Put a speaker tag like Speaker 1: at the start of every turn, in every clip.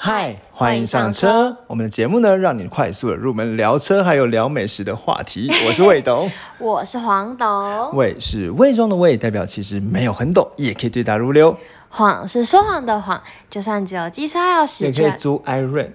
Speaker 1: 嗨，欢迎上车！我们的节目呢，让你快速的入门聊车，还有聊美食的话 题。我是魏董，
Speaker 2: 我是黄董，
Speaker 1: 魏是魏中的魏，代表其实没有很懂，也可以对答如流，
Speaker 2: 谎是说谎的谎，就算只有机车钥
Speaker 1: 也
Speaker 2: 匙
Speaker 1: 可以
Speaker 2: 圈，
Speaker 1: 租 i rent，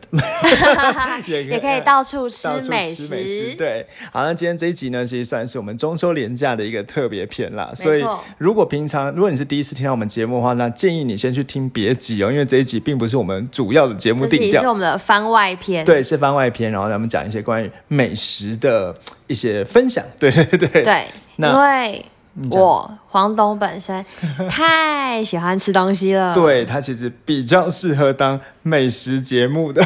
Speaker 2: 也可以到处吃
Speaker 1: 呃到处
Speaker 2: 美
Speaker 1: 吃美食。对，好，那今天这一集呢，其实算是我们中秋连假的一个特别篇啦。所以，如果平常如果你是第一次听到我们节目的话，那建议你先去听别集哦，因为这一集并不是我们主要的节目
Speaker 2: 这
Speaker 1: 定
Speaker 2: 集
Speaker 1: 调
Speaker 2: 是。我们的番外篇。
Speaker 1: 对，是番外篇，然后咱们讲一些关于美食的一些分享。对对对，
Speaker 2: 对，
Speaker 1: 那
Speaker 2: 因为
Speaker 1: 讲
Speaker 2: 我黄董本身太喜欢吃东西了，
Speaker 1: 对它其实比较适合当美食节目的。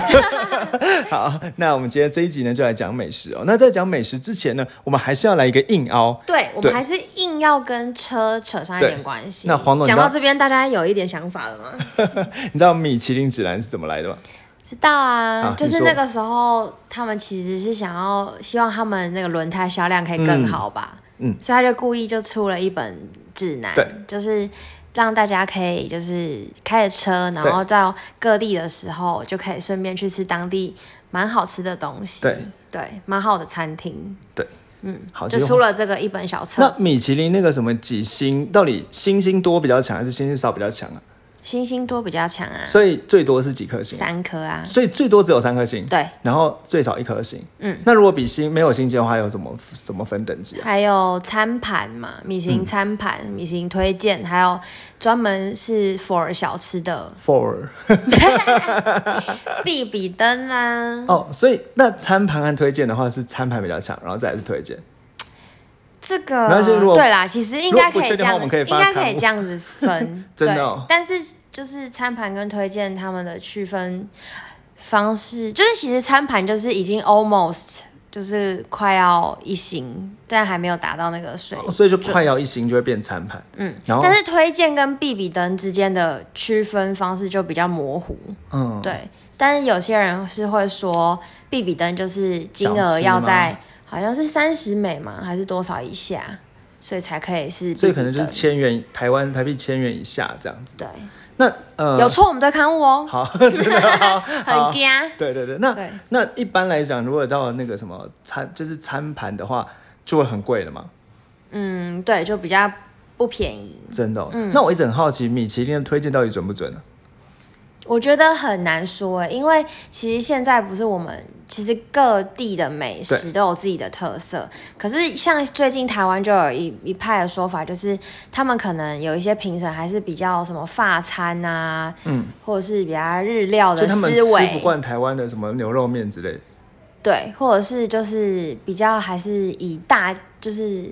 Speaker 1: 好，那我们今天这一集呢，就来讲美食哦。那在讲美食之前呢，我们还是要来一个硬凹。
Speaker 2: 对，我
Speaker 1: 对
Speaker 2: 们还是硬要跟车扯上一
Speaker 1: 对
Speaker 2: 点关系。
Speaker 1: 那黄董你知
Speaker 2: 讲
Speaker 1: 道
Speaker 2: 到这边，大家有一点想法了吗？
Speaker 1: 你知道米其林指南是怎么来的吗？
Speaker 2: 知道啊
Speaker 1: 好，
Speaker 2: 就
Speaker 1: 你
Speaker 2: 是
Speaker 1: 说
Speaker 2: 那个时候，他们其实是想要希望他们那个轮胎销量可以更好吧，
Speaker 1: 嗯
Speaker 2: 所以他就故意就出了一本指南，
Speaker 1: 对
Speaker 2: 就是让大家可以就是开着车，然后到各地的时候就可以顺便去吃当地蛮好吃的东西，
Speaker 1: 对啊
Speaker 2: 对，蛮好的餐厅，
Speaker 1: 对，
Speaker 2: 嗯，
Speaker 1: 好
Speaker 2: 就
Speaker 1: 其实
Speaker 2: 出了这个一本小册
Speaker 1: 那
Speaker 2: 子，
Speaker 1: 米其林那个什么几星，到底星星多比较强，还是星星少比较强啊？
Speaker 2: 星星多比较强啊，
Speaker 1: 所以最多是几颗星？
Speaker 2: 三颗啊，
Speaker 1: 所以最多只有三颗星。
Speaker 2: 对，
Speaker 1: 然后最少一颗星。
Speaker 2: 嗯，
Speaker 1: 那如果比星没有星级的话，有怎么怎么分等级啊？
Speaker 2: 还有餐盘嘛，米
Speaker 1: 嗯
Speaker 2: 其林餐盘、米其林推荐，还有专门是 for 小 吃的
Speaker 1: Four
Speaker 2: 必比登啊啦、
Speaker 1: 哦，所以那餐盘和推荐的话是餐盘比较强，然后再来是推荐。
Speaker 2: 这
Speaker 1: 没关系如
Speaker 2: 个
Speaker 1: 果
Speaker 2: 对啦，其实应该可以
Speaker 1: 如果不确
Speaker 2: 这样
Speaker 1: 定的话我们可以，
Speaker 2: 应
Speaker 1: 放在
Speaker 2: 该
Speaker 1: 刊物。
Speaker 2: 可以这样子分
Speaker 1: 真的哦
Speaker 2: 对但是就是餐盘跟推荐他们的区分方式，就是其实餐盘就是已经 almost 就是快要一星，但还没有达到那个水
Speaker 1: 哦所以就快要一星就会变餐盘。
Speaker 2: 嗯，
Speaker 1: 然后
Speaker 2: 但是推荐跟必比登之间的区分方式就比较模糊，
Speaker 1: 嗯，
Speaker 2: 对。但是有些人是会说必比登就是金
Speaker 1: 小
Speaker 2: 额
Speaker 1: 吃
Speaker 2: 要
Speaker 1: 吗
Speaker 2: 在好像是三十美嘛，还是多少以下，所以才可以是
Speaker 1: 所
Speaker 2: 必
Speaker 1: 以
Speaker 2: 比
Speaker 1: 可
Speaker 2: 登。
Speaker 1: 能就是千元台湾台币千元以下这样子。
Speaker 2: 对，
Speaker 1: 那呃，
Speaker 2: 有错我们对刊物哦，
Speaker 1: 好， 真的好，好
Speaker 2: 很干。
Speaker 1: 对对对，那
Speaker 2: 对
Speaker 1: 那一般来讲，如果到那个什么餐就是餐盘的话，就会很贵了嘛，
Speaker 2: 嗯，对，就比较不便宜。
Speaker 1: 真的、哦。
Speaker 2: 嗯
Speaker 1: 那我一直很好奇，米其林的推荐到底准不准呢、啊
Speaker 2: 我觉得很难说、欸，因为其实现在不是我们，其实各地的美食都有自己的特色。可是像最近台湾就有一一派的说法，就是他们可能有一些评审还是比较什么法餐啊，
Speaker 1: 嗯，
Speaker 2: 或者是比较日料
Speaker 1: 就
Speaker 2: 的
Speaker 1: 他们
Speaker 2: 思
Speaker 1: 吃不
Speaker 2: 维，
Speaker 1: 惯台湾的什么牛肉面之类的。
Speaker 2: 对，或者是就是比较还是以大就是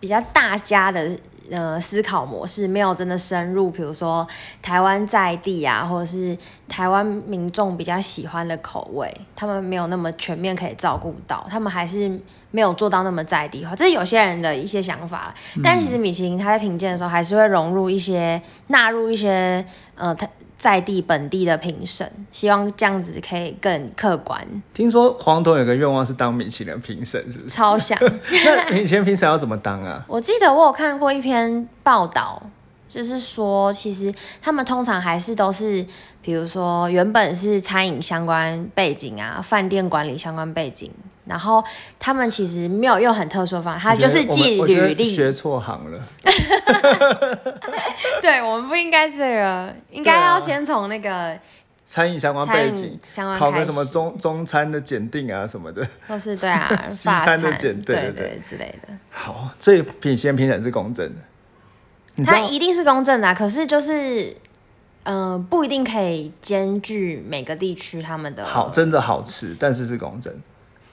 Speaker 2: 比较大家的。呃，思考模式没有真的深入，比如说台湾在地啊，或者是台湾民众比较喜欢的口味，他们没有那么全面可以照顾到，他们还是没有做到那么在地化，这是有些人的一些想法。但其实米其林它在评鉴的时候，还是会融入一些、纳入一些呃，它在地本地的评审，希望这样子可以更客观。
Speaker 1: 听说黄董有个愿望是当米其林的评审，是不是？
Speaker 2: 超想。
Speaker 1: 那米其林评审要怎么当啊？
Speaker 2: 我记得我有看过一篇报道，就是说，其实他们通常还是都是，比如说原本是餐饮相关背景啊，饭店管理相关背景，然后他们其实没有用很特殊的方法， 他就是寄
Speaker 1: 我觉得我觉得
Speaker 2: 履历。
Speaker 1: 学错行了。
Speaker 2: 对，我们不应该这个，应
Speaker 1: 对
Speaker 2: 该
Speaker 1: 啊
Speaker 2: 要先从那个
Speaker 1: 餐饮相关
Speaker 2: 餐
Speaker 1: 背
Speaker 2: 饮
Speaker 1: 景，
Speaker 2: 相关
Speaker 1: 考
Speaker 2: 开
Speaker 1: 个
Speaker 2: 始
Speaker 1: 什么中中餐的检定啊什么的。
Speaker 2: 或是对啊
Speaker 1: 西，
Speaker 2: 法
Speaker 1: 餐
Speaker 2: 餐
Speaker 1: 的简对
Speaker 2: 对
Speaker 1: 对
Speaker 2: 对之类的。
Speaker 1: 好，所以品先评审是公正的。你知
Speaker 2: 它
Speaker 1: 道
Speaker 2: 一定是公正的啊、可是就是，呃，不一定可以兼具每个地区他们的
Speaker 1: 好，真的好吃，但是是公正。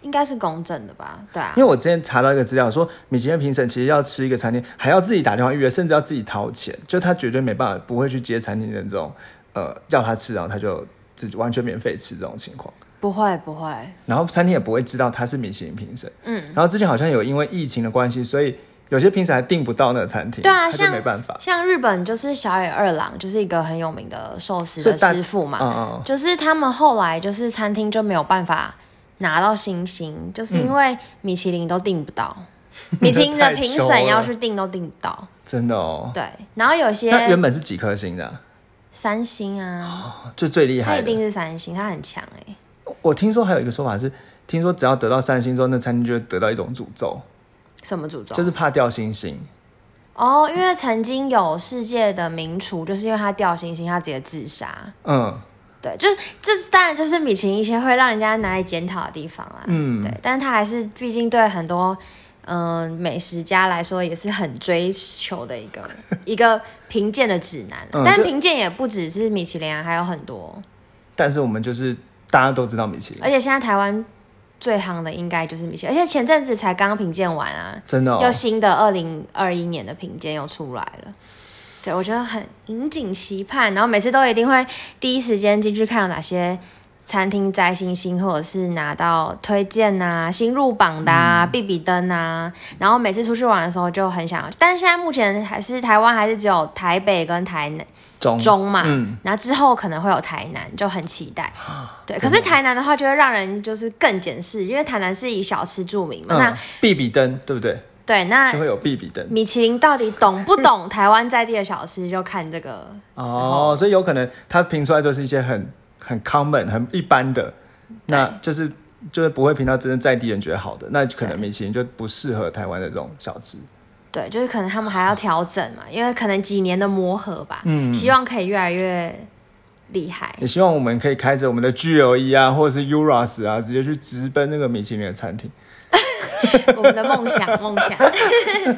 Speaker 2: 应该是公正的吧？对啊
Speaker 1: 因为，我之前查到一个资料说，米其林评审其实要吃一个餐厅，还要自己打电话预约，甚至要自己掏钱，就他绝对没办法，不会去接餐厅的这种，呃，要他吃，然后他就自己完全免费吃这种情况。
Speaker 2: 不会不会，
Speaker 1: 然后餐厅也不会知道他是米其林评审。
Speaker 2: 嗯，
Speaker 1: 然后之前好像有因为疫情的关系，所以有些评审还订不到那个餐厅，
Speaker 2: 对啊
Speaker 1: 他就
Speaker 2: 像
Speaker 1: 没办法。
Speaker 2: 像日本就是小野二郎，就是一个很有名的寿司
Speaker 1: 所以
Speaker 2: 的
Speaker 1: 大
Speaker 2: 师傅嘛，
Speaker 1: 嗯嗯，
Speaker 2: 就是他们后来就是餐厅就没有办法拿到星星，就是因
Speaker 1: 嗯
Speaker 2: 为米其林都订不到， 米其林的
Speaker 1: 太
Speaker 2: 评
Speaker 1: 糗了
Speaker 2: 审要去订都订不到，
Speaker 1: 真的哦。
Speaker 2: 对，然后有些
Speaker 1: 那原本是几颗星的啊、
Speaker 2: 三星啊，
Speaker 1: 就最厉
Speaker 2: 他
Speaker 1: 害
Speaker 2: 一定
Speaker 1: 的。
Speaker 2: 是三星，他很强哎、
Speaker 1: 我我听说还有一个说法是，听说只要得到三星之后，那餐厅就会得到一种诅咒，
Speaker 2: 什么诅咒？
Speaker 1: 就是怕掉星星。
Speaker 2: 哦，因为曾经有世界的名厨，就是因为他掉星星，他直接自杀。
Speaker 1: 嗯，
Speaker 2: 对，就是这当然就是米其林一些会让人家拿来检讨的地方啦。
Speaker 1: 嗯
Speaker 2: 对，但是他还是毕竟对很多嗯、美食家来说也是很追求的一 个一个评鉴的指南啊。
Speaker 1: 嗯
Speaker 2: 但
Speaker 1: 就
Speaker 2: 评鉴也不只是米其林啊，还有很多，
Speaker 1: 但是我们就是大家都知道米其林
Speaker 2: 而，且现在台湾最夯的应该就是米其林，而且前阵子才刚评鉴完啊，
Speaker 1: 真的、哦
Speaker 2: 又。新的二零二一年的评鉴又出来了，对我觉得很引颈期盼，然后每次都一定会第一时间进去看有哪些餐厅摘星星，或者是拿到推荐啊、新入榜的啊、
Speaker 1: 嗯
Speaker 2: 必比登啊，然后每次出去玩的时候就很想要，但是现在目前还是台湾还是只有台北跟台南
Speaker 1: 中
Speaker 2: 中嘛，
Speaker 1: 嗯，啊
Speaker 2: 然后之后可能会有台南，就很期待。对，可
Speaker 1: 真
Speaker 2: 是台南的话就会让人就是更检视，因为台南是以小吃著名
Speaker 1: 嗯
Speaker 2: 嘛，那，
Speaker 1: 必比登对不对？
Speaker 2: 对那
Speaker 1: 就会有必比登。
Speaker 2: 米其林到底懂不懂台湾在地的小吃，就看这个时候。
Speaker 1: 哦，所以有可能他评出来都是一些很很 common、很一般的，那就是就是不会评到真正在地人觉得好的，那可能
Speaker 2: 对
Speaker 1: 米其林就不适合台湾的这种小吃。
Speaker 2: 对，就是可能他们还要调整嘛，因为可能几年的磨合吧，
Speaker 1: 嗯
Speaker 2: 希望可以越来越厉害。
Speaker 1: 也希望我们可以开着我们的 GLE 啊，或者是 Uras 啊，直接去直奔那个米其林的餐厅。
Speaker 2: 我们的梦想，梦想。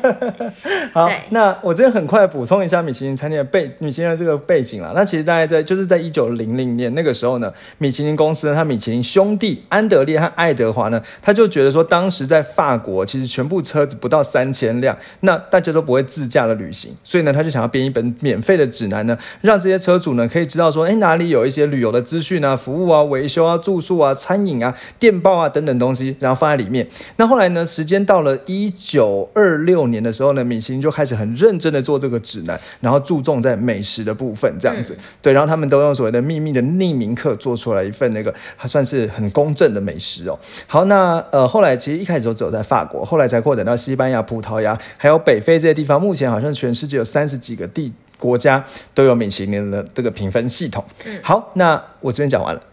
Speaker 1: 好
Speaker 2: 对，
Speaker 1: 那我这边很快补充一下米其林餐厅的背，米其林的这个背景啦。那其实大概在就是在一九零零年那个时候呢，米其林公司呢，它米其林兄弟安德烈和爱德华呢，他就觉得说，当时在法国其实全部车子不到三千辆，那大家都不会自驾的旅行，所以呢，他就想要编一本免费的指南呢，让这些车主呢可以知道说，哎，哪里有一些旅游的资讯啊、服务啊、维修啊、住宿啊、餐饮啊、电报啊等等东西，然后放在里面。那后来呢，时间到了一九二六年的时候呢，米其林就开始很认真的做这个指南，然后注重在美食的部分这样子。对，然后他们都用所谓的秘密的匿名课做出来一份那个还算是很公正的美食哦。好，那呃后来其实一开始都只有在法国，后来才扩展到西班牙、葡萄牙，还有北非这些地方。目前好像全世界有三十几个地。国家都有米其林的这个评分系统。好，那我这边讲完了。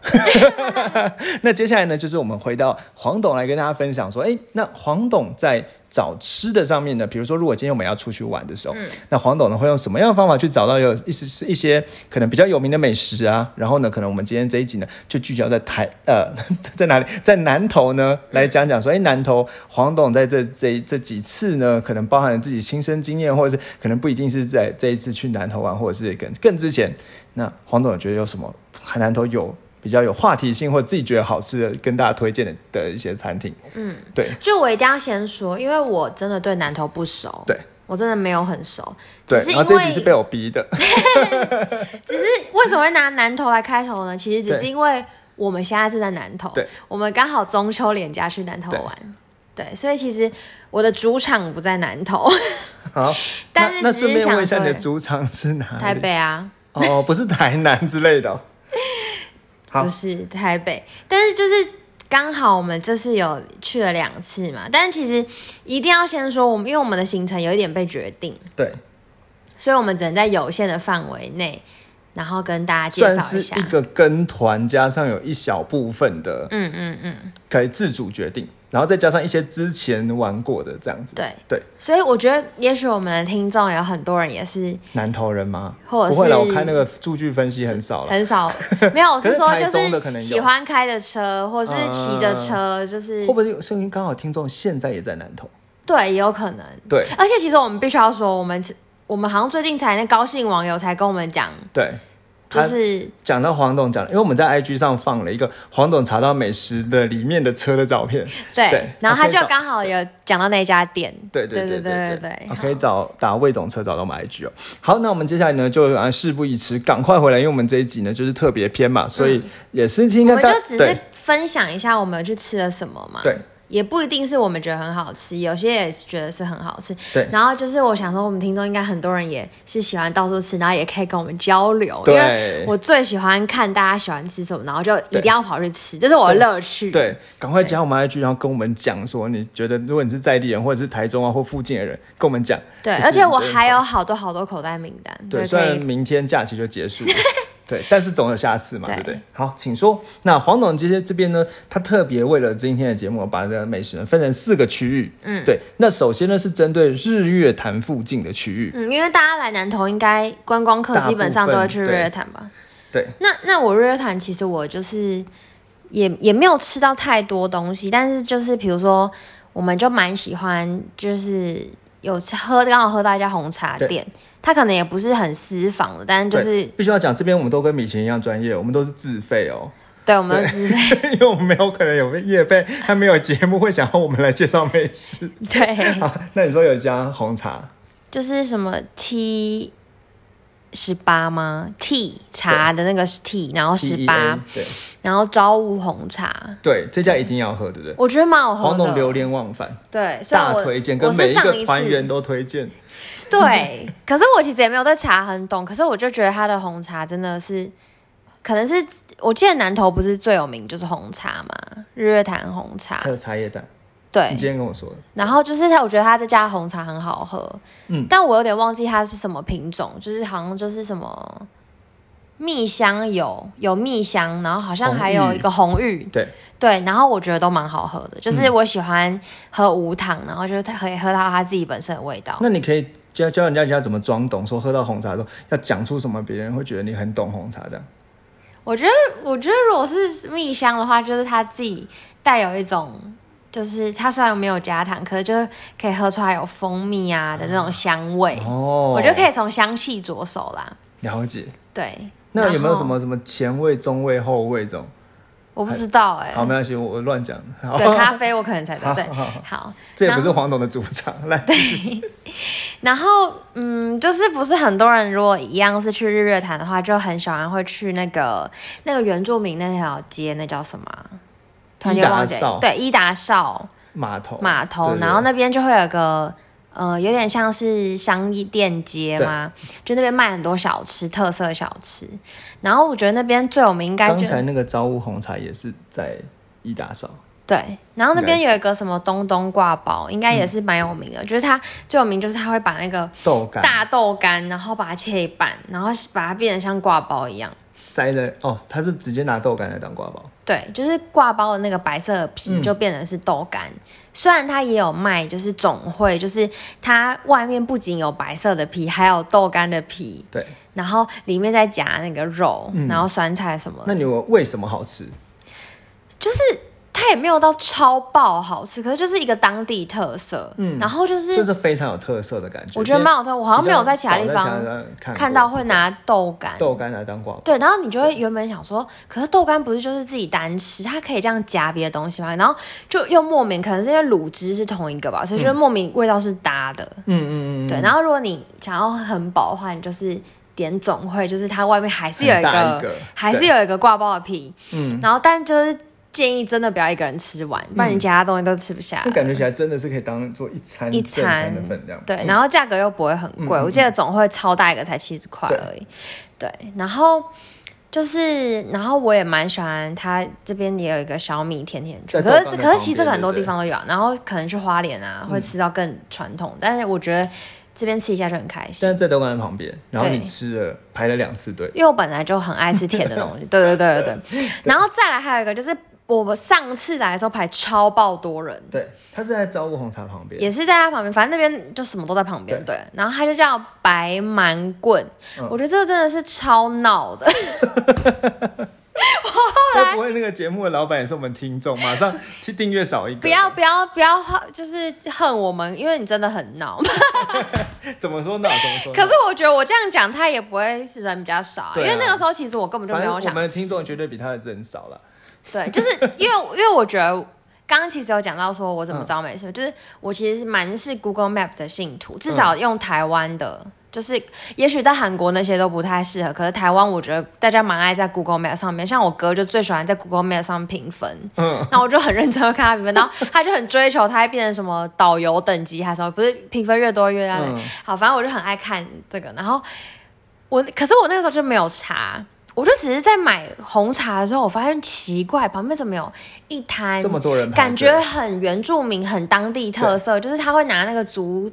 Speaker 1: 那接下来呢，就是我们回到黄董来跟大家分享说，诶，那黄董在找吃的上面呢，比如说如果今天我们要出去玩的时候，那黄董呢会用什么样的方法去找到有一些是一些可能比较有名的美食啊？然后呢，可能我们今天这一集呢就聚焦在台呃 在哪里，在南投呢来讲讲说，诶，南投黄董在这这这几次呢，可能包含自己亲身经验，或者是可能不一定是在这一次去南投玩，或者是更更之前，那黄董有觉得有什么海南投有比较有话题性，或者自己觉得好吃的，跟大家推荐的的一些餐厅。嗯，对，
Speaker 2: 就我一定要先说，因为我真的对南投不熟，
Speaker 1: 对，
Speaker 2: 我真的没有很熟，只
Speaker 1: 对。
Speaker 2: 是
Speaker 1: 然
Speaker 2: 因
Speaker 1: 后
Speaker 2: 为
Speaker 1: 这一集是被我逼的，
Speaker 2: 只是 为什么会拿南投来开头呢？其实只是
Speaker 1: 对
Speaker 2: 因为我们现在正在南投
Speaker 1: 对，
Speaker 2: 我们刚好中秋连假去南投
Speaker 1: 对
Speaker 2: 玩，对，所以其实我的主场不在南投，
Speaker 1: 好。
Speaker 2: 但是
Speaker 1: 那那
Speaker 2: 只
Speaker 1: 顺
Speaker 2: 是
Speaker 1: 便问一
Speaker 2: 想
Speaker 1: 下，你的
Speaker 2: 说
Speaker 1: 主场是哪里？
Speaker 2: 台北啊，
Speaker 1: 哦，不是台南之类 的哦、好
Speaker 2: 不是台北，但是就是刚好我们这次有去了两次嘛，但是其实一定要先说我们，因为我们的行程有一点被决定，
Speaker 1: 对，
Speaker 2: 所以我们只能在有限的范围内，然后跟大家介
Speaker 1: 算
Speaker 2: 绍
Speaker 1: 是
Speaker 2: 一下
Speaker 1: 一。个跟团，加上有一小部分的
Speaker 2: 嗯嗯嗯，
Speaker 1: 可以自主决定，然后再加上一些之前玩过的这样子。
Speaker 2: 对
Speaker 1: 对，
Speaker 2: 所以我觉得也许我们的听众有很多人也是
Speaker 1: 南投人吗？
Speaker 2: 或者
Speaker 1: 不会啦，
Speaker 2: 是
Speaker 1: 我看那个数据分析很少了。
Speaker 2: 很 少，没有，我
Speaker 1: 可是
Speaker 2: 说
Speaker 1: 台
Speaker 2: 就
Speaker 1: 中的可能
Speaker 2: 是
Speaker 1: 有
Speaker 2: 喜欢开的车，或是骑着车，就是
Speaker 1: 会不会声音刚好听众现在也在南投？
Speaker 2: 对，也有可能。
Speaker 1: 对
Speaker 2: 而且其实我们必须要说，我们我们好像最近才那高兴网友才跟我们讲，
Speaker 1: 对，
Speaker 2: 就
Speaker 1: 他
Speaker 2: 是
Speaker 1: 讲到黄董讲，因为我们在 IG 上放了一个黄董查到美食的里面的车的照 片，
Speaker 2: 对，
Speaker 1: 对
Speaker 2: 然后
Speaker 1: 我可
Speaker 2: 他
Speaker 1: 以
Speaker 2: 就
Speaker 1: 找
Speaker 2: 刚好有讲到那家店，
Speaker 1: 对
Speaker 2: 对
Speaker 1: 对
Speaker 2: 对
Speaker 1: 对
Speaker 2: 对
Speaker 1: 我可以找打魏董车找到我们 IG 哦。好，那我们接下来呢就啊事不宜迟，赶快回来，因为我们这一集呢就是特别篇嘛，所以也是应
Speaker 2: 嗯我
Speaker 1: 该
Speaker 2: 们
Speaker 1: 大
Speaker 2: 就只是啊
Speaker 1: 对
Speaker 2: 分享一下我们去吃了什么嘛，
Speaker 1: 对，
Speaker 2: 也不一定是我们觉得很好吃，有些也是觉得是很好吃。
Speaker 1: 对
Speaker 2: 然后就是我想说，我们听众应该很多人也是喜欢到处吃，然后也可以跟我们交流，因
Speaker 1: 对
Speaker 2: 为我最喜欢看大家喜欢吃什么，然后就一定要跑去吃，这是我的乐趣。
Speaker 1: 对，赶快加我们 IG，然后跟我们讲说你觉得，如果你是在地人或者是台中啊或附近的人，跟我们讲。
Speaker 2: 对，
Speaker 1: 就是
Speaker 2: 而且我
Speaker 1: 你觉得
Speaker 2: 还有好多好多口袋名单，
Speaker 1: 对，
Speaker 2: 可
Speaker 1: 虽然
Speaker 2: 以
Speaker 1: 明天假期就结束了，对，但是总有下次嘛，对
Speaker 2: 对
Speaker 1: 不对？好，请说。那黄董这些这边呢，他特别为了今天的节目，把这个美食呢分成四个区域。嗯，对。那首先呢是针对日月潭附近的区域，
Speaker 2: 嗯，因为大家来南投，应该观光客
Speaker 1: 大
Speaker 2: 基本上
Speaker 1: 部
Speaker 2: 都
Speaker 1: 分
Speaker 2: 会去日
Speaker 1: 对
Speaker 2: 月潭吧？
Speaker 1: 对。
Speaker 2: 那那我日月潭其实我就是也也没有吃到太多东西，但是就是比如说，我们就蛮喜欢，就是有吃喝刚好喝到一家红茶
Speaker 1: 对
Speaker 2: 店，它可能也不是很私房的，但是就
Speaker 1: 对
Speaker 2: 是对
Speaker 1: 必须要讲，这边我们都跟米其林一样专业，我们都是自费哦，
Speaker 2: 我们就是
Speaker 1: 因为我们没有可能有业费，还没有节目会想要我们来介绍美食。
Speaker 2: 嗯 对，
Speaker 1: 好，那你说有一家红茶，
Speaker 2: 就是什么 T 十八吗？T 茶的那个是 T，然后十
Speaker 1: TEA
Speaker 2: 八，
Speaker 1: E 对
Speaker 2: 然后朝雾红茶，
Speaker 1: 对，这家一定要喝，对不对？
Speaker 2: 哦我觉得蛮好喝
Speaker 1: 黄董
Speaker 2: 的。
Speaker 1: 榴莲忘返，
Speaker 2: 对，虽然
Speaker 1: 大
Speaker 2: 我
Speaker 1: 推荐，
Speaker 2: 我
Speaker 1: 跟
Speaker 2: 是
Speaker 1: 每一
Speaker 2: 上
Speaker 1: 个团
Speaker 2: 次
Speaker 1: 员都推荐。
Speaker 2: 对，可是我其实也没有对茶很懂，可是我就觉得它的红茶真的是，可能是我记得南投不是最有名就是红茶嘛，日月潭红茶
Speaker 1: 还，有茶叶蛋，
Speaker 2: 对
Speaker 1: 你。今天跟我说的，
Speaker 2: 然后就是它，我觉得它这家红茶很好喝，
Speaker 1: 嗯
Speaker 2: 但我有点忘记它是什么品种，就是好像就是什么蜜香有有蜜香，然后好像
Speaker 1: 红
Speaker 2: 还有
Speaker 1: 玉
Speaker 2: 一个红玉，
Speaker 1: 对
Speaker 2: 对，然后我觉得都蛮好喝的，就是
Speaker 1: 嗯
Speaker 2: 我喜欢喝无糖，然后就是它可以喝到它自己本身的味道。
Speaker 1: 那你可以教教人家人家怎么装懂，说喝到红茶的时候要讲出什么，别人会觉得你很懂红茶这样。
Speaker 2: 我觉得，我觉得如果是蜜香的话，就是它自己带有一种，就是它虽然没有加糖，可是就是可以喝出来有蜂蜜啊的那种香味。
Speaker 1: 哦，
Speaker 2: 哎我觉得
Speaker 1: 以
Speaker 2: 可以从香气着手啦。
Speaker 1: 了解。
Speaker 2: 对，
Speaker 1: 那有没有
Speaker 2: 然后
Speaker 1: 什么什么前味、中味、后味这种？
Speaker 2: 我不知道哎、
Speaker 1: 好，没关系，我我乱讲。好，
Speaker 2: 对 咖啡我可能才知道。对，
Speaker 1: 哦好好
Speaker 2: 好，
Speaker 1: 这也不是黄董的主场。来，
Speaker 2: 然后，嗯，就是不是很多人如果一样是去日月潭的话，就很喜欢会去那个那个原住民那条街，那叫什么啊？突然
Speaker 1: 伊
Speaker 2: 间
Speaker 1: 达
Speaker 2: 忘记了
Speaker 1: 邵
Speaker 2: 对，伊达邵
Speaker 1: 码头，
Speaker 2: 码头，
Speaker 1: 对对
Speaker 2: 然后那边就会有个呃，有点像是商业店街嘛，就那边卖很多小吃，特色小吃。然后我觉得那边最有名应该
Speaker 1: 刚
Speaker 2: 就
Speaker 1: 才那个招物红茶也是在伊达少，
Speaker 2: 对，然后那边
Speaker 1: 应该嗯
Speaker 2: 有一个什么东东挂包，应该也是蛮有名的，就是它最有名就是它会把那个
Speaker 1: 豆干
Speaker 2: 大豆干，然后把它切一半，然后把它变得像挂包一样。
Speaker 1: 塞了哦，他是直接拿豆干来当挂包，
Speaker 2: 对，就是挂包的那个白色的
Speaker 1: 嗯
Speaker 2: 皮就变成是豆干，虽然它也有卖，就是总会，就是它外面不仅有白色的皮，还有豆干的皮，
Speaker 1: 对。
Speaker 2: 然后里面再夹那个肉，然后酸菜什么的
Speaker 1: 嗯那你有为什么好吃？
Speaker 2: 就是它也没有到超爆好吃，可是就是一个当地特色，
Speaker 1: 嗯
Speaker 2: 然后就是
Speaker 1: 这是非常有特色的感觉。
Speaker 2: 我觉得蛮好看，我好像没有在其他地
Speaker 1: 比较少
Speaker 2: 方
Speaker 1: 在其他地方看过
Speaker 2: 看到会拿豆干
Speaker 1: 这。种豆干来当挂包，
Speaker 2: 对，然后你就会原本想说，可是豆干不是就是自己单吃，它可以这样夹别的东西吗？然后就又莫名，可能是因为卤汁是同一个吧，所以就莫名味道是搭的。
Speaker 1: 嗯嗯嗯嗯，
Speaker 2: 对，然后如果你想要很饱的话，你就是点总会，就是它外面还是有
Speaker 1: 很大一个
Speaker 2: 还是
Speaker 1: 对
Speaker 2: 有一个挂包的皮。
Speaker 1: 嗯，
Speaker 2: 然后但就是建议真的不要一个人吃完，不然你其他东西都吃不下。
Speaker 1: 嗯那感觉起来真的是可以当做一餐
Speaker 2: 一
Speaker 1: 正餐的
Speaker 2: 餐
Speaker 1: 分量。嗯
Speaker 2: 对，然后价格又不会很贵，我记得总会超大一个才七十块而已。对，然后就是，然后我也蛮喜欢它这边也有一个小米甜甜圈，
Speaker 1: 在
Speaker 2: 可
Speaker 1: 豆
Speaker 2: 是
Speaker 1: 干的
Speaker 2: 可是其实
Speaker 1: 旁边
Speaker 2: 很多
Speaker 1: 对
Speaker 2: 地
Speaker 1: 不对嗯
Speaker 2: 方都有啊，然后可能去花莲啊会吃到更传统，但是我觉得这边吃一下就很开
Speaker 1: 现
Speaker 2: 心
Speaker 1: 在。在豆干旁边，然后
Speaker 2: 对
Speaker 1: 你吃了排了两次队，
Speaker 2: 因为我本来就很爱吃甜 的东西，对对对对对。然后再来还有一个就是，我们上次来的时候排超爆多人，
Speaker 1: 对，他是在招物红茶旁边，
Speaker 2: 也是在他旁边，反正那边就什么都在旁边，对。然后他就叫白蛮棍，
Speaker 1: 嗯
Speaker 2: 我觉得这个真的是超闹的，
Speaker 1: 该不会那个节目的老板也是我们听 众，马上订订阅少一个，
Speaker 2: 不要不要不要，就是恨我们，因为你真的很闹。
Speaker 1: 嗯怎么说呢？怎么说呢？
Speaker 2: 可是我觉得我这样讲，他也不会是人比较少、啊，因
Speaker 1: 对啊
Speaker 2: 为那个时候其实我根本就
Speaker 1: 反
Speaker 2: 没
Speaker 1: 正
Speaker 2: 有
Speaker 1: 我
Speaker 2: 想
Speaker 1: 们的
Speaker 2: 吃
Speaker 1: 听众绝对比他的人少了，
Speaker 2: 对，就是因为因为我觉得刚刚其实有讲到说我怎么找美食，就是我其实蛮是 Google Map 的信徒，至少用台湾的。就是，也许在韩国那些都不太适合，可是台湾我觉得大家蛮爱在 Google Map 上面，像我哥就最喜欢在 Google Map 上面评分，
Speaker 1: 嗯，
Speaker 2: 那我就很认真地看他评分，然后他就很追求，他还变成什么导游等级还是什么，不是评分越多越让人、
Speaker 1: 嗯
Speaker 2: 好，反正我就很爱看这个，然后我可是我那个时候就没有查，我就只是在买红茶的时候，我发现奇怪，旁边怎么有一摊
Speaker 1: 嗯这，么多人排队，
Speaker 2: 感觉很原住民、很当地特色，就是他会拿那个竹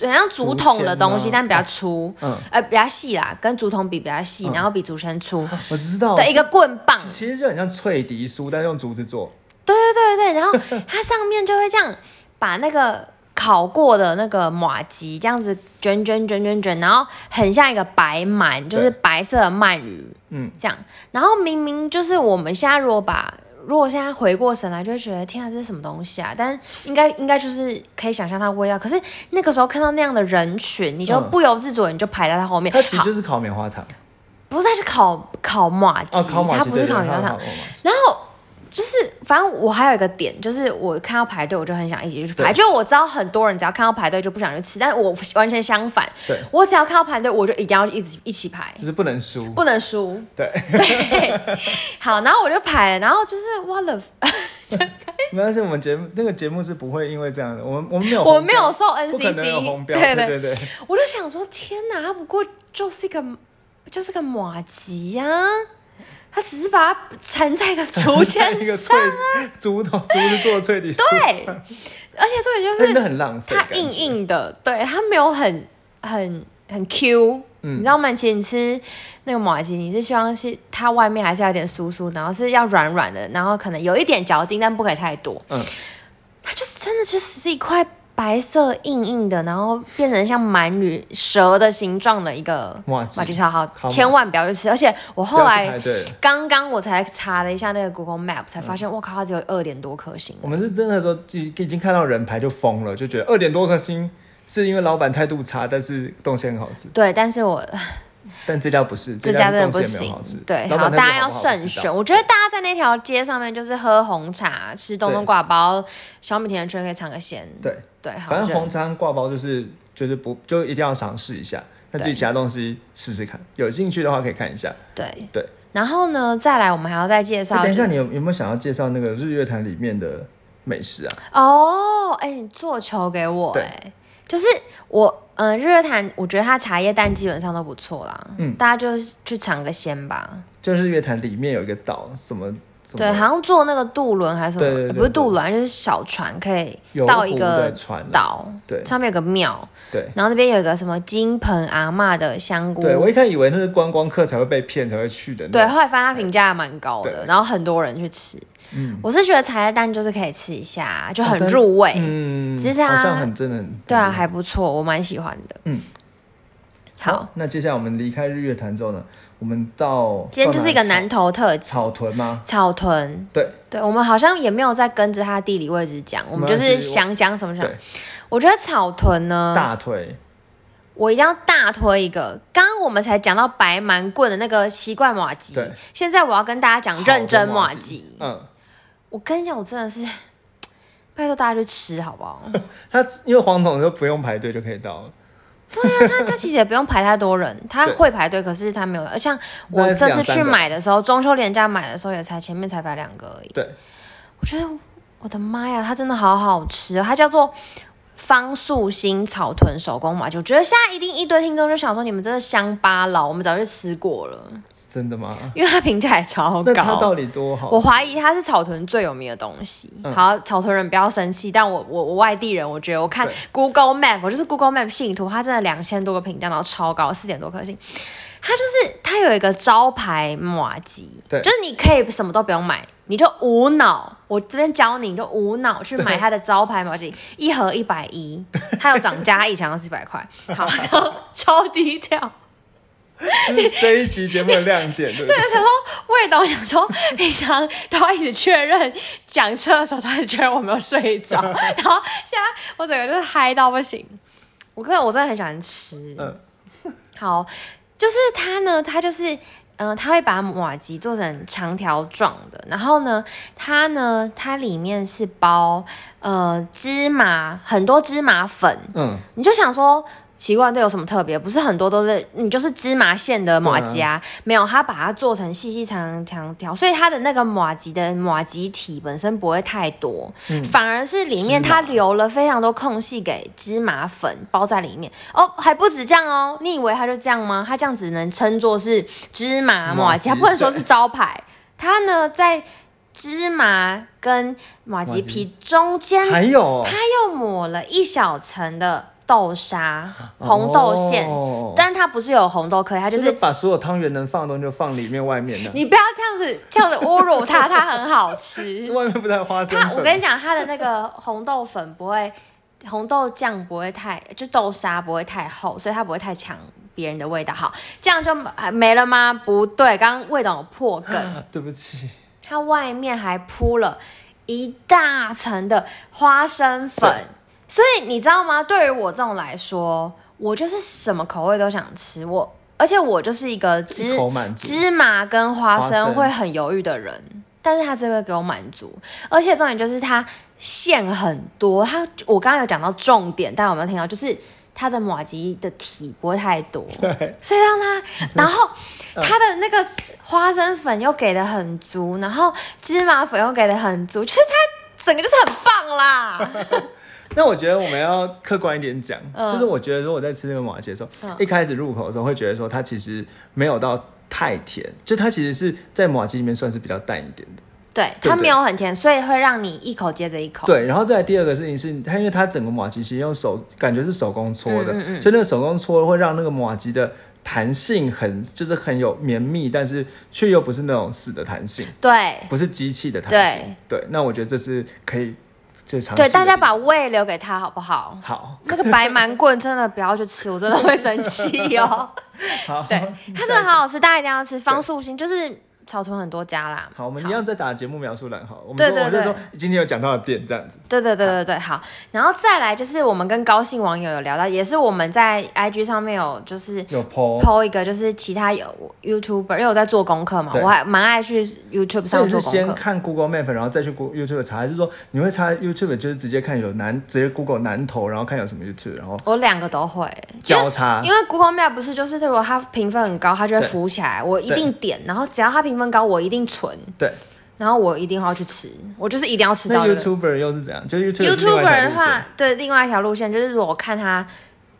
Speaker 2: 很像竹筒的东
Speaker 1: 竹
Speaker 2: 西，
Speaker 1: 签啊
Speaker 2: 但比较粗，
Speaker 1: 嗯
Speaker 2: 呃，比较细啦，跟竹筒比比较细，然后比竹签粗。
Speaker 1: 我知道，
Speaker 2: 对，一个棍棒，
Speaker 1: 其实就很像脆笛酥，但是用竹子做。
Speaker 2: 对对对对，然后它上面就会这样把那个烤过的那个马吉这样子卷卷卷卷卷，然后很像一个白鳗，就
Speaker 1: 对
Speaker 2: 是白色的鳗鱼，
Speaker 1: 嗯，
Speaker 2: 这样。然后明明就是我们现在如果把如果现在回过神来，就会觉得天啊，这是什么东西啊？但是应该应该就是可以想象它的味道。可是那个时候看到那样的人群，你就
Speaker 1: 嗯
Speaker 2: 不由自主，你就排在它后面。
Speaker 1: 它其实
Speaker 2: 好
Speaker 1: 就是烤棉花 糖
Speaker 2: 不是，它是烤烤马吉，
Speaker 1: 哦，烤马
Speaker 2: 它
Speaker 1: 吉
Speaker 2: 不是
Speaker 1: 对对
Speaker 2: 烤
Speaker 1: 对
Speaker 2: 牛
Speaker 1: 它
Speaker 2: 汤
Speaker 1: 烤。马吉
Speaker 2: 然后就是，反正我还有一个点，就是我看到排队，我就很想一起去排。
Speaker 1: 对
Speaker 2: 就是我知道很多人只要看到排队就不想去吃，但我完全相反，
Speaker 1: 对，
Speaker 2: 我只要看到排队，我就一定要一直一起排。
Speaker 1: 就是不能输。
Speaker 2: 不能输，
Speaker 1: 对，
Speaker 2: 对，好，然后我就排了，然后就是我的，
Speaker 1: 没关系，我们节目那个节目是不会因为这样的，我们我们没有红标，
Speaker 2: 我没有受
Speaker 1: 不可能有
Speaker 2: NCC，
Speaker 1: 红标，对
Speaker 2: 对，
Speaker 1: 对对，
Speaker 2: 我就想说，天哪，他不过就是一个就是个马吉呀、他只是把它缠在 一个竹签
Speaker 1: 一个
Speaker 2: 上
Speaker 1: 脆，竹头竹子做的脆笛酥，
Speaker 2: 对，而且重点就是
Speaker 1: 真的很浪费。
Speaker 2: 它硬，硬的，对，它没有很很很 Q。你
Speaker 1: 嗯
Speaker 2: 知道吗？其实你吃那个马吉，你是希望是它外面还是要有点酥酥，然后是要软软的，然后可能有一点嚼劲，但不可以太多。
Speaker 1: 嗯，
Speaker 2: 它就是真的就是一块白色硬硬的，然后变成像鳗鱼蛇的形状的一个
Speaker 1: 麻吉
Speaker 2: 麻吉超好
Speaker 1: 烤，麻吉
Speaker 2: 千万不要去吃。而且
Speaker 1: 不
Speaker 2: 我后
Speaker 1: 要去
Speaker 2: 来
Speaker 1: 排队了。
Speaker 2: 刚刚我才查了一下那个 Google Map，才
Speaker 1: 嗯
Speaker 2: 发现我靠，它只有二点多颗星。
Speaker 1: 我们是真的时候已已经看到人排就疯了，就觉得二点多颗星是因为老板态度差，但是东西很好吃。
Speaker 2: 对，但是我
Speaker 1: 但这家不是，
Speaker 2: 这
Speaker 1: 家
Speaker 2: 家真的
Speaker 1: 东
Speaker 2: 不
Speaker 1: 西也没有
Speaker 2: 行
Speaker 1: 好吃。，
Speaker 2: 对，
Speaker 1: 老
Speaker 2: 好，
Speaker 1: 板
Speaker 2: 大
Speaker 1: 态
Speaker 2: 家
Speaker 1: 度
Speaker 2: 要
Speaker 1: 好不好
Speaker 2: 慎。
Speaker 1: 不知
Speaker 2: 选。
Speaker 1: 道
Speaker 2: 我觉得大家在那条街上面就是喝红茶、吃东东
Speaker 1: 对
Speaker 2: 挂包、小米甜甜圈，可以尝个鲜。
Speaker 1: 对，
Speaker 2: 对，好，
Speaker 1: 反
Speaker 2: 我
Speaker 1: 正
Speaker 2: 觉得
Speaker 1: 红肠挂包就是就是不就一定要尝试一下，那自己
Speaker 2: 对
Speaker 1: 其他东西试试看，有兴趣的话可以看一下。
Speaker 2: 对
Speaker 1: 对。
Speaker 2: 然后呢，再来我们还要再介
Speaker 1: 哎
Speaker 2: 绍，
Speaker 1: 等一下，
Speaker 2: 就
Speaker 1: 你有有没有想要介绍那个日月潭里面的美食啊？
Speaker 2: 哦，哎、你做球给我、
Speaker 1: 对
Speaker 2: 哎，就是我。嗯，日月潭，我觉得它茶叶蛋基本上都不错啦。
Speaker 1: 嗯
Speaker 2: 大家就是去尝个鲜吧。
Speaker 1: 就是日月潭里面有一个岛，什么什
Speaker 2: 对，
Speaker 1: 么
Speaker 2: 好像坐那个渡轮还是什么，
Speaker 1: 对对对
Speaker 2: 不是渡
Speaker 1: 对
Speaker 2: 轮啊，就是小船，可以
Speaker 1: 游
Speaker 2: 到一
Speaker 1: 湖
Speaker 2: 个
Speaker 1: 的船啊
Speaker 2: 岛，
Speaker 1: 对
Speaker 2: 上面有个庙，
Speaker 1: 对
Speaker 2: 然后那边有一个什么金盆阿嬷的香菇，
Speaker 1: 对，我一开始以为那是观光客才会被骗才会去的那种。
Speaker 2: 对后来发现它评价蛮高的，
Speaker 1: 对
Speaker 2: 然后很多人去吃。
Speaker 1: 嗯
Speaker 2: 我是觉得茶叶蛋就是可以吃一下，就很
Speaker 1: 哦但
Speaker 2: 入味，
Speaker 1: 嗯，
Speaker 2: 其实它
Speaker 1: 好像很真的很
Speaker 2: 对啊，还不错，我蛮喜欢的。
Speaker 1: 嗯，
Speaker 2: 好，
Speaker 1: 那接下来我们离开日月潭之后呢，我们到
Speaker 2: 今天就是一个
Speaker 1: 到哪里
Speaker 2: 南投特辑，
Speaker 1: 草屯吗？
Speaker 2: 草屯。
Speaker 1: 对
Speaker 2: 对，我们好像也没有在跟着它的地理位置讲，我们就
Speaker 1: 没关
Speaker 2: 是
Speaker 1: 系我
Speaker 2: 想讲什么想
Speaker 1: 对。，
Speaker 2: 我觉得草屯呢，
Speaker 1: 大腿
Speaker 2: 我一定要大推一个。刚刚我们才讲到白蛮棍的那个习惯马吉
Speaker 1: 对，
Speaker 2: 现在我要跟大家讲认真马
Speaker 1: 马
Speaker 2: 吉。
Speaker 1: 嗯，
Speaker 2: 我跟你讲，我真的是拜托大家去吃好不好？
Speaker 1: 它因为黄桶就不用排队就可以到了，
Speaker 2: 他他其实也不用排太多人，他
Speaker 1: 对
Speaker 2: 会排队，可是他没有。而像
Speaker 1: 大
Speaker 2: 我
Speaker 1: 概是
Speaker 2: 这次
Speaker 1: 两三
Speaker 2: 去
Speaker 1: 个
Speaker 2: 买的时候，中秋连假买的时候也才前面才排两个而已。
Speaker 1: 对，
Speaker 2: 我觉得我的妈呀，它真的好好吃、哦，它叫做。方素心草屯手工麻吉，我觉得现在一定一堆听众就想说，你们真的乡巴佬，我们早就吃过了。
Speaker 1: 是真的吗？
Speaker 2: 因为它评价也超
Speaker 1: 那它
Speaker 2: 高。
Speaker 1: 到底嗯多好？
Speaker 2: 我怀疑它是草屯最有名的东西。好，草屯人不要生气，但我我我外地人，我觉得我看
Speaker 1: 对
Speaker 2: Google Map，我就是 Google Map 信徒，它真的两千多个评价，然后超高，四点多颗星。它就是它有一个招牌马吉，
Speaker 1: 对
Speaker 2: 就是你可以什么都不用买，你就无脑，我这边教你，你就无脑去买它的招牌马吉，一盒一百一，它有涨价，以前要是一百块，好，然后超低调。
Speaker 1: 这是嗯这一期节目的亮点， 对不对？
Speaker 2: 想说魏董想说，平常他会一直确认讲车的时候，他会确认我没有睡着，然后现在我整个就是嗨到不行。我真的我真的很喜欢吃，
Speaker 1: 嗯
Speaker 2: 好，就是它呢，它就是。嗯、呃，它会把马吉做成长条状的，然后呢，它呢，它里面是包呃芝麻，很多芝麻粉，
Speaker 1: 嗯，
Speaker 2: 你就想说奇怪，这有什么特别？不是很多都是你就是芝麻馅的马吉啊，没有，它把它做成细细长长条，所以它的那个马吉的马吉体本身不会太多，反而是里面
Speaker 1: 芝麻
Speaker 2: 它留了非常多空隙给芝麻粉包在里面。哦，还不止这样哦，你以为它就这样吗？它这样只能称作是芝麻马吉，
Speaker 1: 马吉
Speaker 2: 它不能说是招牌。它呢，在芝麻跟马
Speaker 1: 马吉
Speaker 2: 吉皮中间
Speaker 1: 还有哦
Speaker 2: 它又抹了一小层的豆沙、红豆馅，
Speaker 1: 哦
Speaker 2: 但是它不是有红豆颗粒，它就
Speaker 1: 就是是把所有汤圆能放的东西就放里面、外面的。
Speaker 2: 你不要这样子这样子侮辱它，它很好吃。
Speaker 1: 外面不带花生
Speaker 2: 它
Speaker 1: 粉，
Speaker 2: 啊我跟你讲，它的那个红豆粉不会，红豆酱不会太，就豆沙不会太厚，所以它不会太抢别人的味道。好，这样就啊没了吗？不对，刚刚味道有破梗，
Speaker 1: 啊对不起，
Speaker 2: 它外面还铺了一大层的花生粉
Speaker 1: 对，
Speaker 2: 所以你知道吗？对于我这种来说，我就是什么口味都想吃，我而且我就是一个
Speaker 1: 一
Speaker 2: 只
Speaker 1: 口满足。
Speaker 2: 芝麻跟花
Speaker 1: 花
Speaker 2: 生
Speaker 1: 生
Speaker 2: 会很犹豫的人，但是他这个给我满足，而且重点就是它馅很多。它我刚刚有讲到重点，大家有没有听到？就是它的马吉的体不会太多，
Speaker 1: 对，
Speaker 2: 所以让它， 然后它的那个花生粉又给的很足，然后芝麻粉又给的很足，就是它整个就是很 棒啦。
Speaker 1: 那我觉得我们要客观一点讲，
Speaker 2: 嗯
Speaker 1: 就是我觉得如果在吃这个马吉的时候，一开始入口的时候会觉得说它其实没有到太甜，就它其实是在马吉里面算是比较淡一点的。
Speaker 2: 对，
Speaker 1: 对
Speaker 2: 它
Speaker 1: 对
Speaker 2: 没有很甜，所以会让你一口接着一口。
Speaker 1: 对，然后再来第二个事情是，它因为它整个马吉其实用手感觉是手工搓的，
Speaker 2: 嗯嗯嗯
Speaker 1: 所以那个手工搓会让那个马吉的弹性很就是很有绵密，但是却又不是那种死的弹性，
Speaker 2: 对
Speaker 1: 不是机器的弹性。对，那我觉得这是可以就尝试的
Speaker 2: 对，大家
Speaker 1: 地方
Speaker 2: 把胃留给他好不好？
Speaker 1: 好
Speaker 2: 那个白蛮棍真的不要去吃，我真的会生气哦。
Speaker 1: 好
Speaker 2: 对，它真的好好吃，大家一定要吃。方素心就是草屯很多家啦。
Speaker 1: 好，我们一样再打节目描述栏好，我们
Speaker 2: 对
Speaker 1: 说我们
Speaker 2: 对
Speaker 1: 就
Speaker 2: 对
Speaker 1: 说今天有讲到的店这样子，
Speaker 2: 对对对对对，好。然后再来就是我们跟高姓网友有聊到，也是我们在 IG 上面有就是。
Speaker 1: 有 PO，
Speaker 2: PO 一个就是其他有 YouTuber，因为我在做功课嘛，
Speaker 1: 对
Speaker 2: 我还蛮爱去
Speaker 1: 所
Speaker 2: YouTube 上
Speaker 1: 以是
Speaker 2: 做
Speaker 1: 先
Speaker 2: 功课。
Speaker 1: 看 Google Map，然后再去 Google YouTube 查，还是说你会查 YouTube 就是直接看有南，直接 Google 南投，然后看有什么 YouTube，然后
Speaker 2: 我两个都会，因为
Speaker 1: 交叉
Speaker 2: 因为 Google Map 不是就是如果它评分很高，它就会
Speaker 1: 对
Speaker 2: 浮起来，我一定点，然后只要它评分高，我一定存，
Speaker 1: 对。
Speaker 2: 然后我一定要去吃，我就是一定要吃
Speaker 1: 那
Speaker 2: 到这个。
Speaker 1: YouTuber 又是怎样？就 YouTuber 是另外
Speaker 2: YouTuber
Speaker 1: 一条
Speaker 2: 的
Speaker 1: 路
Speaker 2: 话
Speaker 1: 线，
Speaker 2: 对另外一条路线就是，如果看它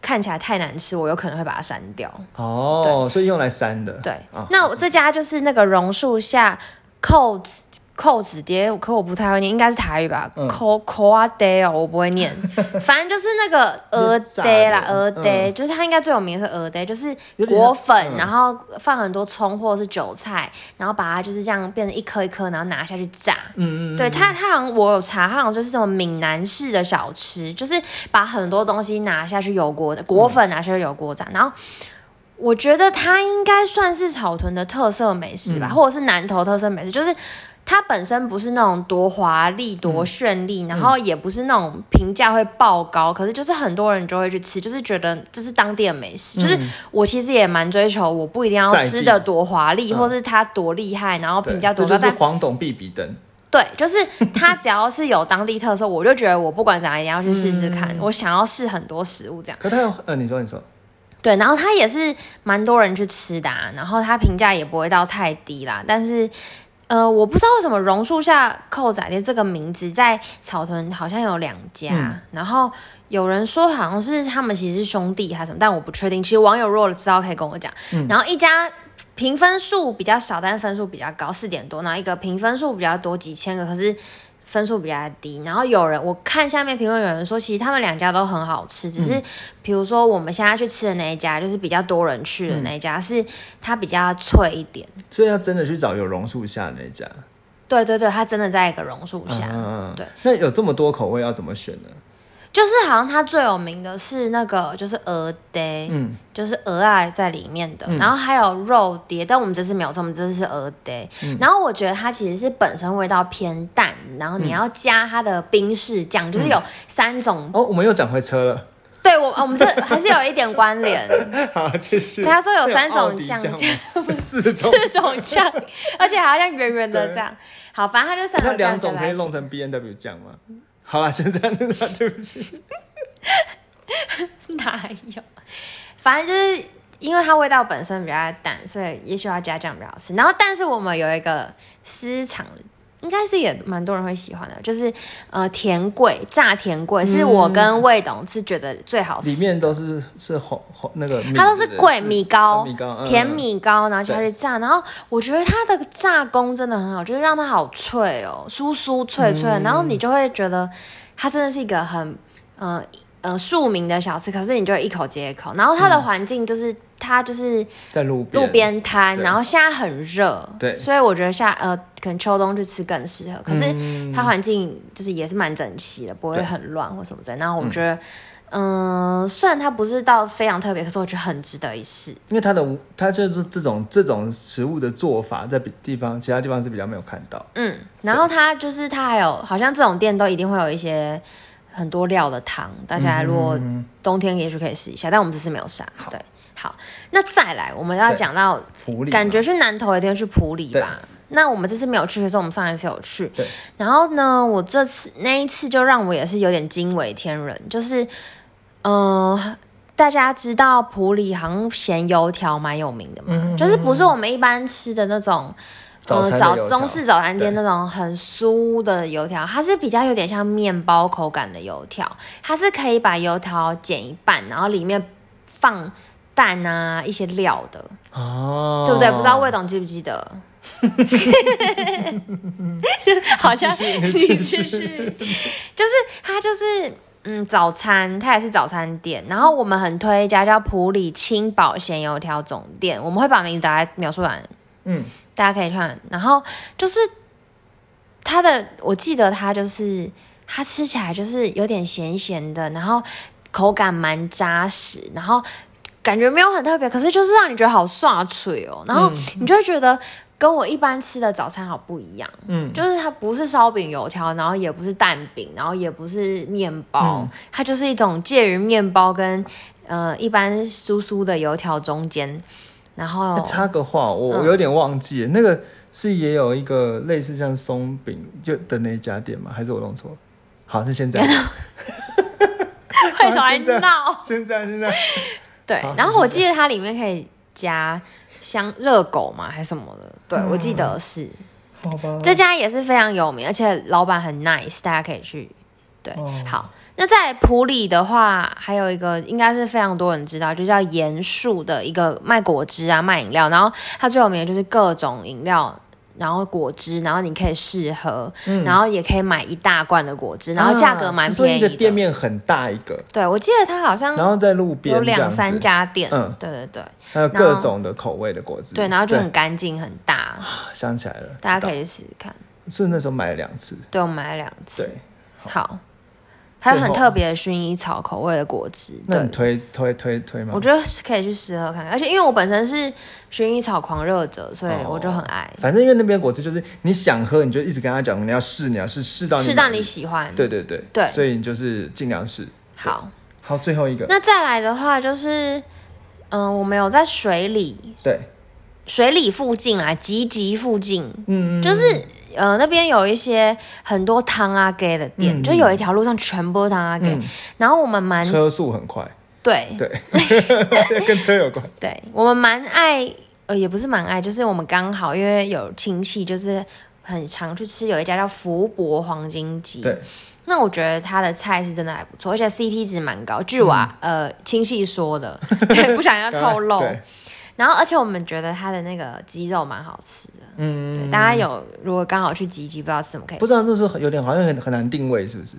Speaker 2: 看起来太难吃，我有可能会把它删掉。
Speaker 1: 哦，所以用来删的。
Speaker 2: 对，
Speaker 1: 啊
Speaker 2: 那我这家就是那个榕树下扣子扣子爹，可我不太会念，应该是台语吧
Speaker 1: 嗯
Speaker 2: 扣扣啊爹哦，我不 会念，反正就是那个鹅
Speaker 1: 就是炸的
Speaker 2: 爹啦，鹅爹、
Speaker 1: 嗯
Speaker 2: 就是它应该最有名的是鹅爹，就是
Speaker 1: 有点像
Speaker 2: 果粉，
Speaker 1: 嗯
Speaker 2: 然后放很多葱或者是韭菜，然后把它就是这样变成一颗一颗，然后拿下去炸。
Speaker 1: 嗯嗯嗯，
Speaker 2: 对它，它好像我有查，它好像就是什么闽南式的小吃，就是把很多东西拿下去油锅
Speaker 1: 嗯
Speaker 2: 果粉拿下去油锅啊炸，然后。我觉得它应该算是草屯的特色美食吧，
Speaker 1: 嗯
Speaker 2: 或者是南投特色美食，就是它本身不是那种多华丽、
Speaker 1: 嗯
Speaker 2: 多绚丽，然后也不是那种评价会爆高，可是就是很多人就会去吃，就是觉得这是当地的美食。就是我其实也蛮追求，我不一定要
Speaker 1: 嗯在地
Speaker 2: 吃的多华丽，
Speaker 1: 嗯
Speaker 2: 或是它多厉害，然后
Speaker 1: 对
Speaker 2: 评价多
Speaker 1: 这
Speaker 2: 高，
Speaker 1: 就是
Speaker 2: 但
Speaker 1: 黄董必比登。
Speaker 2: 对，就是它只要是有当地特色，我就觉得我不管怎样一定要去试试看，我想要试很多食物这样。
Speaker 1: 可他有，呃，你说你说，
Speaker 2: 对，然后它也是蛮多人去吃的、啊，然后它评价也不会到太低啦，但是。呃，我不知道为什么榕树下扣仔的这个名字在草屯好像有两家，
Speaker 1: 嗯
Speaker 2: 然后有人说好像是他们其实是兄弟还是什么，但我不确定。其实网友如果知道可以跟我讲。然后一家评分数比较少，但是分数比较高，四点多；然后一个评分数比较多，几千个，可是分数比较低。然后有人我看下面评论有人说，其实他们两家都很好吃，只是比如说我们现在去吃的那一家，就是比较多人去的那一
Speaker 1: 嗯
Speaker 2: 家，是它比较脆一点。
Speaker 1: 所以要真的去找有榕树下的那一家。
Speaker 2: 对对对，它真的在一个榕树
Speaker 1: 嗯
Speaker 2: 下，
Speaker 1: 嗯嗯，
Speaker 2: 对。
Speaker 1: 那有这么多口味要怎么选呢？
Speaker 2: 就是好像它最有名的是那个就是鹅爹，
Speaker 1: 嗯，
Speaker 2: 就是鹅啊在里面的，
Speaker 1: 嗯
Speaker 2: 然后还有肉碟，但我们这次没有做，我们这次是鹅碟。
Speaker 1: 嗯
Speaker 2: 然后我觉得它其实是本身味道偏淡，然后你要加它的冰室
Speaker 1: 嗯
Speaker 2: 酱，就是有三种。
Speaker 1: 哦，我们又讲回车了。
Speaker 2: 对我，我们这还是有一点关联。
Speaker 1: 好，继续。
Speaker 2: 他说有三种
Speaker 1: 那奥迪
Speaker 2: 酱
Speaker 1: 酱吗， 四种，
Speaker 2: 四种酱，而且还要像圆圆的
Speaker 1: 对
Speaker 2: 这样。好，反正它就三
Speaker 1: 那
Speaker 2: 种
Speaker 1: 两
Speaker 2: 酱就
Speaker 1: 种可
Speaker 2: 来
Speaker 1: 以
Speaker 2: 一起
Speaker 1: 弄成 B N W 酱吗？好啦，现在对不起，
Speaker 2: 哪有？反正就是因为它味道本身比较淡，所以也许要加酱比较好吃。然后，但是我们有一个私藏，应该是也蛮多人会喜欢的，就是呃甜桂炸甜桂，是我跟魏董是觉得最好
Speaker 1: 嗯
Speaker 2: 吃。
Speaker 1: 里面都是是红红那个米，
Speaker 2: 它都是桂米糕、
Speaker 1: 米糕，嗯
Speaker 2: 甜。米糕，然后下去炸。然后我觉得它的炸工真的很好，就是让它好
Speaker 1: 嗯
Speaker 2: 脆哦，酥酥脆脆，然后你就会觉得它真的是一个很呃呃庶民的小吃，可是你就一口接一口。然后它
Speaker 1: 嗯
Speaker 2: 的环境就是、它就是
Speaker 1: 在路边
Speaker 2: 路边摊，
Speaker 1: 对
Speaker 2: 然后现在很热，
Speaker 1: 对
Speaker 2: 所以我觉得夏呃可能秋冬去吃更适合。可是
Speaker 1: 嗯
Speaker 2: 它环境就是也是蛮整齐的，不会
Speaker 1: 对
Speaker 2: 很乱或什么之类的。然后我们觉得，嗯、虽然它不是到非常特别，可是我觉得很值得一试。
Speaker 1: 因为它的它就是这种这种食物的做法，在比地方其他地方是比较没有看到。
Speaker 2: 嗯，然后它就是它还有，好像这种店都一定会有一些很多料的汤，大家如果冬天也许可以试一下，但我们这次没有杀。对，好，那再来我们要
Speaker 1: 对
Speaker 2: 讲到，
Speaker 1: 普里嘛
Speaker 2: 感觉去南投一定要去普里吧。那我们这次没有去，可是我们上一次有去
Speaker 1: 对。
Speaker 2: 然后呢，我这次那一次就让我也是有点惊为天人，就是，呃，大家知道普里好像咸油条蛮有名的嘛，就是不是我们一般吃的那种
Speaker 1: 早餐的
Speaker 2: 呃早
Speaker 1: 油条
Speaker 2: 中式早餐店
Speaker 1: 对
Speaker 2: 那种很酥的油条，它是比较有点像面包口感的油条，它是可以把油条剪一半，然后里面放蛋啊一些料的，
Speaker 1: 哦，
Speaker 2: 对不对？不知道魏董记不记 得？好像你继续， 就是它就是嗯早餐，它也是早餐店。然后我们很推一家叫普里清宝咸油条总店，我们会把名字打在描述栏，
Speaker 1: 嗯，
Speaker 2: 大家可以看。然后就是它的，我记得它就是它吃起来就是有点咸咸的，然后口感蛮扎实，然后感觉没有很特别，可是就是让你觉得好刷嘴哦，然后你就会觉得跟我一般吃的早餐好不一样，
Speaker 1: 嗯，
Speaker 2: 就是它不是烧饼油条，然后也不是蛋饼，然后也不是面包，
Speaker 1: 嗯
Speaker 2: 它就是一种介于面包跟呃一般酥酥的油条中间，然后
Speaker 1: 欸插个话，我
Speaker 2: 哦嗯
Speaker 1: 我有点忘记了、那个是也有一个类似像松饼就的那一家店吗？还是我弄错了？好，那 现在
Speaker 2: 会来
Speaker 1: 现在
Speaker 2: 闹，
Speaker 1: 现在现在
Speaker 2: 对
Speaker 1: 好，
Speaker 2: 然后我记得它里面可以加香热狗嘛还是什么的，对、
Speaker 1: 嗯
Speaker 2: 我记得是。
Speaker 1: 好吧，
Speaker 2: 这家也是非常有名，而且老板很 nice，大家可以去。对，
Speaker 1: 哦
Speaker 2: 好。那在普里的话，还有一个应该是非常多人知道，就叫盐树的一个卖果汁啊、卖饮料，然后它最有名的就是各种饮料。然后果汁，然后你可以试喝，然后也可以买一大罐的果汁，然后价格蛮
Speaker 1: 嗯啊所以
Speaker 2: 便宜
Speaker 1: 那
Speaker 2: 的。
Speaker 1: 个店面很大一个，
Speaker 2: 对，我记得它好像
Speaker 1: 然后在路边
Speaker 2: 有
Speaker 1: 这样
Speaker 2: 两
Speaker 1: 子
Speaker 2: 三，家店，
Speaker 1: 嗯
Speaker 2: 对对对
Speaker 1: 还有
Speaker 2: 然
Speaker 1: 各
Speaker 2: 后
Speaker 1: 种的口味的果汁，
Speaker 2: 对，然后就很干净很大，
Speaker 1: 想起来了，
Speaker 2: 大家
Speaker 1: 啊知道
Speaker 2: 可以去试试看。
Speaker 1: 是那时候买了两次，
Speaker 2: 对，我买了两次。
Speaker 1: 对，
Speaker 2: 好，还有很
Speaker 1: 最后
Speaker 2: 特别的薰衣草口味的果汁，
Speaker 1: 那你
Speaker 2: 对，
Speaker 1: 推推推推吗
Speaker 2: 我？觉得是可以去试喝看看。而且因为我本身是薰衣草狂热者，所以
Speaker 1: 哦
Speaker 2: 我就很爱，
Speaker 1: 反正因为那边果汁就是你想喝，你就一直跟他讲你要试，你要试试到你
Speaker 2: 适当
Speaker 1: 满
Speaker 2: 你
Speaker 1: 意，
Speaker 2: 喜欢。
Speaker 1: 对对对
Speaker 2: 对
Speaker 1: 所以你就是尽量试。
Speaker 2: 好，
Speaker 1: 好，最后一个，
Speaker 2: 那再来的话就是，嗯、我们有在水里，
Speaker 1: 对，
Speaker 2: 水里附近啊，集集附近，
Speaker 1: 嗯，
Speaker 2: 就是。呃，那边有一些很多汤阿给的店，
Speaker 1: 嗯
Speaker 2: 就有一条路上全部都是汤啊阿给、
Speaker 1: 嗯
Speaker 2: 然后我们蛮
Speaker 1: 车速很快，
Speaker 2: 对
Speaker 1: 对，跟车有关。
Speaker 2: 对我们蛮爱，呃，也不是蛮爱，就是我们刚好因为有亲戚，就是很常去吃有一家叫福伯黄金鸡。
Speaker 1: 对，
Speaker 2: 那我觉得他的菜是真的还不错，而且 CP 值蛮高。
Speaker 1: 嗯
Speaker 2: 据我啊、呃亲戚说的， 对，不想 要透露。
Speaker 1: 对，
Speaker 2: 然后，而且我们觉得他的那个鸡肉蛮好吃的。
Speaker 1: 嗯，
Speaker 2: 对，大家有如果刚好去集集，不知道吃什么可以吃，
Speaker 1: 不知道那时候有点好像很很难定位，是不是？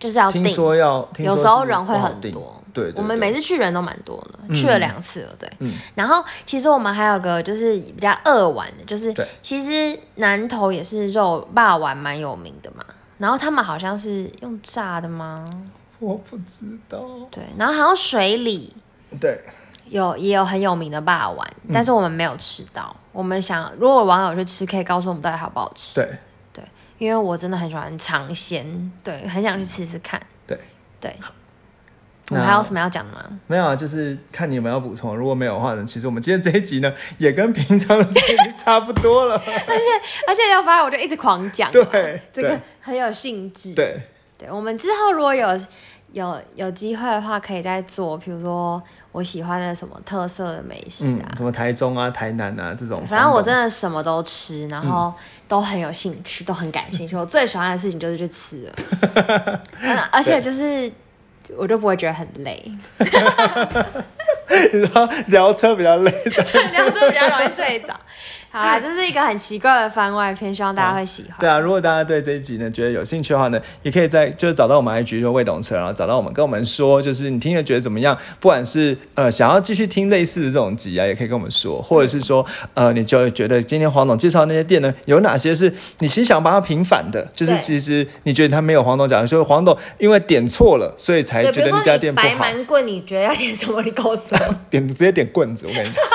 Speaker 2: 就是要
Speaker 1: 听
Speaker 2: 订。
Speaker 1: 说要，听说
Speaker 2: 有时候
Speaker 1: 是
Speaker 2: 人会
Speaker 1: 不好
Speaker 2: 很
Speaker 1: 定
Speaker 2: 多，
Speaker 1: 对对
Speaker 2: 我们
Speaker 1: 对
Speaker 2: 每次去人都蛮多的，去了两次了，对。
Speaker 1: 嗯
Speaker 2: 然后其实我们还有个就是比较二碗的，就是
Speaker 1: 对
Speaker 2: 其实南投也是肉霸丸蛮有名的嘛。然后他们好像是用炸的吗？
Speaker 1: 我不知道，
Speaker 2: 对，然后好像水里
Speaker 1: 对，
Speaker 2: 有也有很有名的霸丸，
Speaker 1: 嗯
Speaker 2: 但是我们没有吃到。我们想，如果网友去吃，可以告诉我们到底好不好吃。
Speaker 1: 对，
Speaker 2: 对，因为我真的很喜欢尝鲜，对，很想去试试看。
Speaker 1: 对，
Speaker 2: 对，我
Speaker 1: 那
Speaker 2: 们还有什么要讲的吗？
Speaker 1: 没有啊，就是看你有没有补充，如果没有的话呢，其实我们今天这一集呢，也跟平常的时间差不多 了，
Speaker 2: 而且要发现我就一直狂讲，
Speaker 1: 对
Speaker 2: 这个
Speaker 1: 对
Speaker 2: 很有兴致。
Speaker 1: 对，
Speaker 2: 对，我们之后如果有有有机会的话，可以再做，比如说我喜欢的什么特色的美食
Speaker 1: 嗯
Speaker 2: 啊，，
Speaker 1: 什么台中啊、台南啊这种，
Speaker 2: 反正我真的什么都吃，然
Speaker 1: 嗯
Speaker 2: 后都很有兴趣，都很感兴趣。我最喜欢的事情就是去吃了， 嗯而且就是我就不会觉得很 累，
Speaker 1: 你知道聊车比较累，
Speaker 2: 对，聊说比较容易睡着。 好啦，这是一个很奇怪的番外篇，希望大家会喜欢。
Speaker 1: 对啊，如果大家对这一集呢觉得有兴趣的话呢，也可以在就是找到我们 IG 就魏董车，然后找到我们跟我们说，就是你听了觉得怎么样？不管是呃想要继续听类似的这种集啊，也可以跟我们说，或者是说呃你就觉得今天黄董介绍那些店呢，有哪些是你其实想帮他平反的？就是
Speaker 2: 对
Speaker 1: 其实你觉得他没有黄董讲的，就是黄董因为点错了，所以才
Speaker 2: 对，比
Speaker 1: 哎觉
Speaker 2: 如
Speaker 1: 得那
Speaker 2: 说
Speaker 1: 家
Speaker 2: 你
Speaker 1: 店不
Speaker 2: 白
Speaker 1: 好，
Speaker 2: 蛮棍，你觉得要点什么？你跟我说。
Speaker 1: 点直接点棍子，我跟你讲。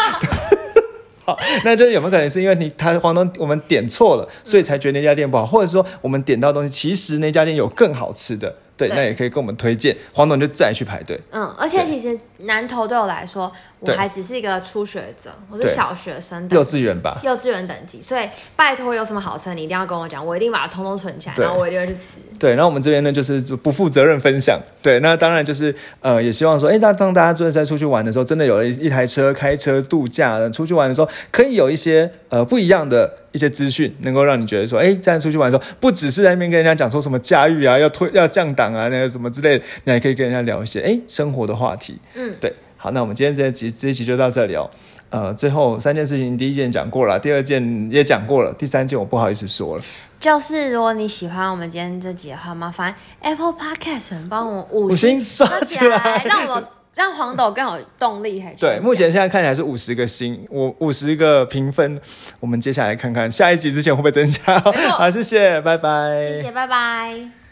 Speaker 1: 好，那就是有没有可能是因为你他黄东我们点错了，所以才觉得那家店不好，或者说我们点到东西，其实那家店有更好吃的，对，
Speaker 2: 对
Speaker 1: 那也可以跟我们推荐，黄董就再去排队。
Speaker 2: 嗯，而且
Speaker 1: 对
Speaker 2: 其实南投对我来说，我
Speaker 1: 对
Speaker 2: 还只是一个初学者，我是
Speaker 1: 对
Speaker 2: 小学生
Speaker 1: 幼
Speaker 2: 等级，
Speaker 1: 稚园吧，
Speaker 2: 幼稚园等级，所以拜托有什么好吃的，你一定要跟我讲，我一定把它通通存起来，
Speaker 1: 对
Speaker 2: 然后我一定会去吃。
Speaker 1: 对，然后我们这边呢就是不负责任分享，对，那当然就是呃也希望说，哎，那当大家就是在出去玩的时候，真的有一一台车开车度假，出去玩的时候可以有一些呃不一样的一些资讯，能够让你觉得说，哎，这样出去玩的时候，不只是在那边跟人家讲说什么驾驭啊，要推要降档啊，那个什么之类的，你还可以跟人家聊一些哎生活的话题，
Speaker 2: 嗯，
Speaker 1: 对，好，那我们今天这一集这一集就到这里哦。呃，最后三件事情，第一件讲过了，第二件也讲过了，第三件我不好意思说了。
Speaker 2: 就是如果你喜欢我们今天这集的话，麻烦 Apple Podcast 帮我们五
Speaker 1: 五星刷
Speaker 2: 起
Speaker 1: 起来
Speaker 2: 来，让我让黄豆更有动力还去
Speaker 1: 对，
Speaker 2: 讲
Speaker 1: 目前现在看起来是五十个星，我五十个评分，我们接下来看看下一集之前会不会增加。
Speaker 2: 没错
Speaker 1: 好，谢谢，拜拜。
Speaker 2: 谢谢，拜拜。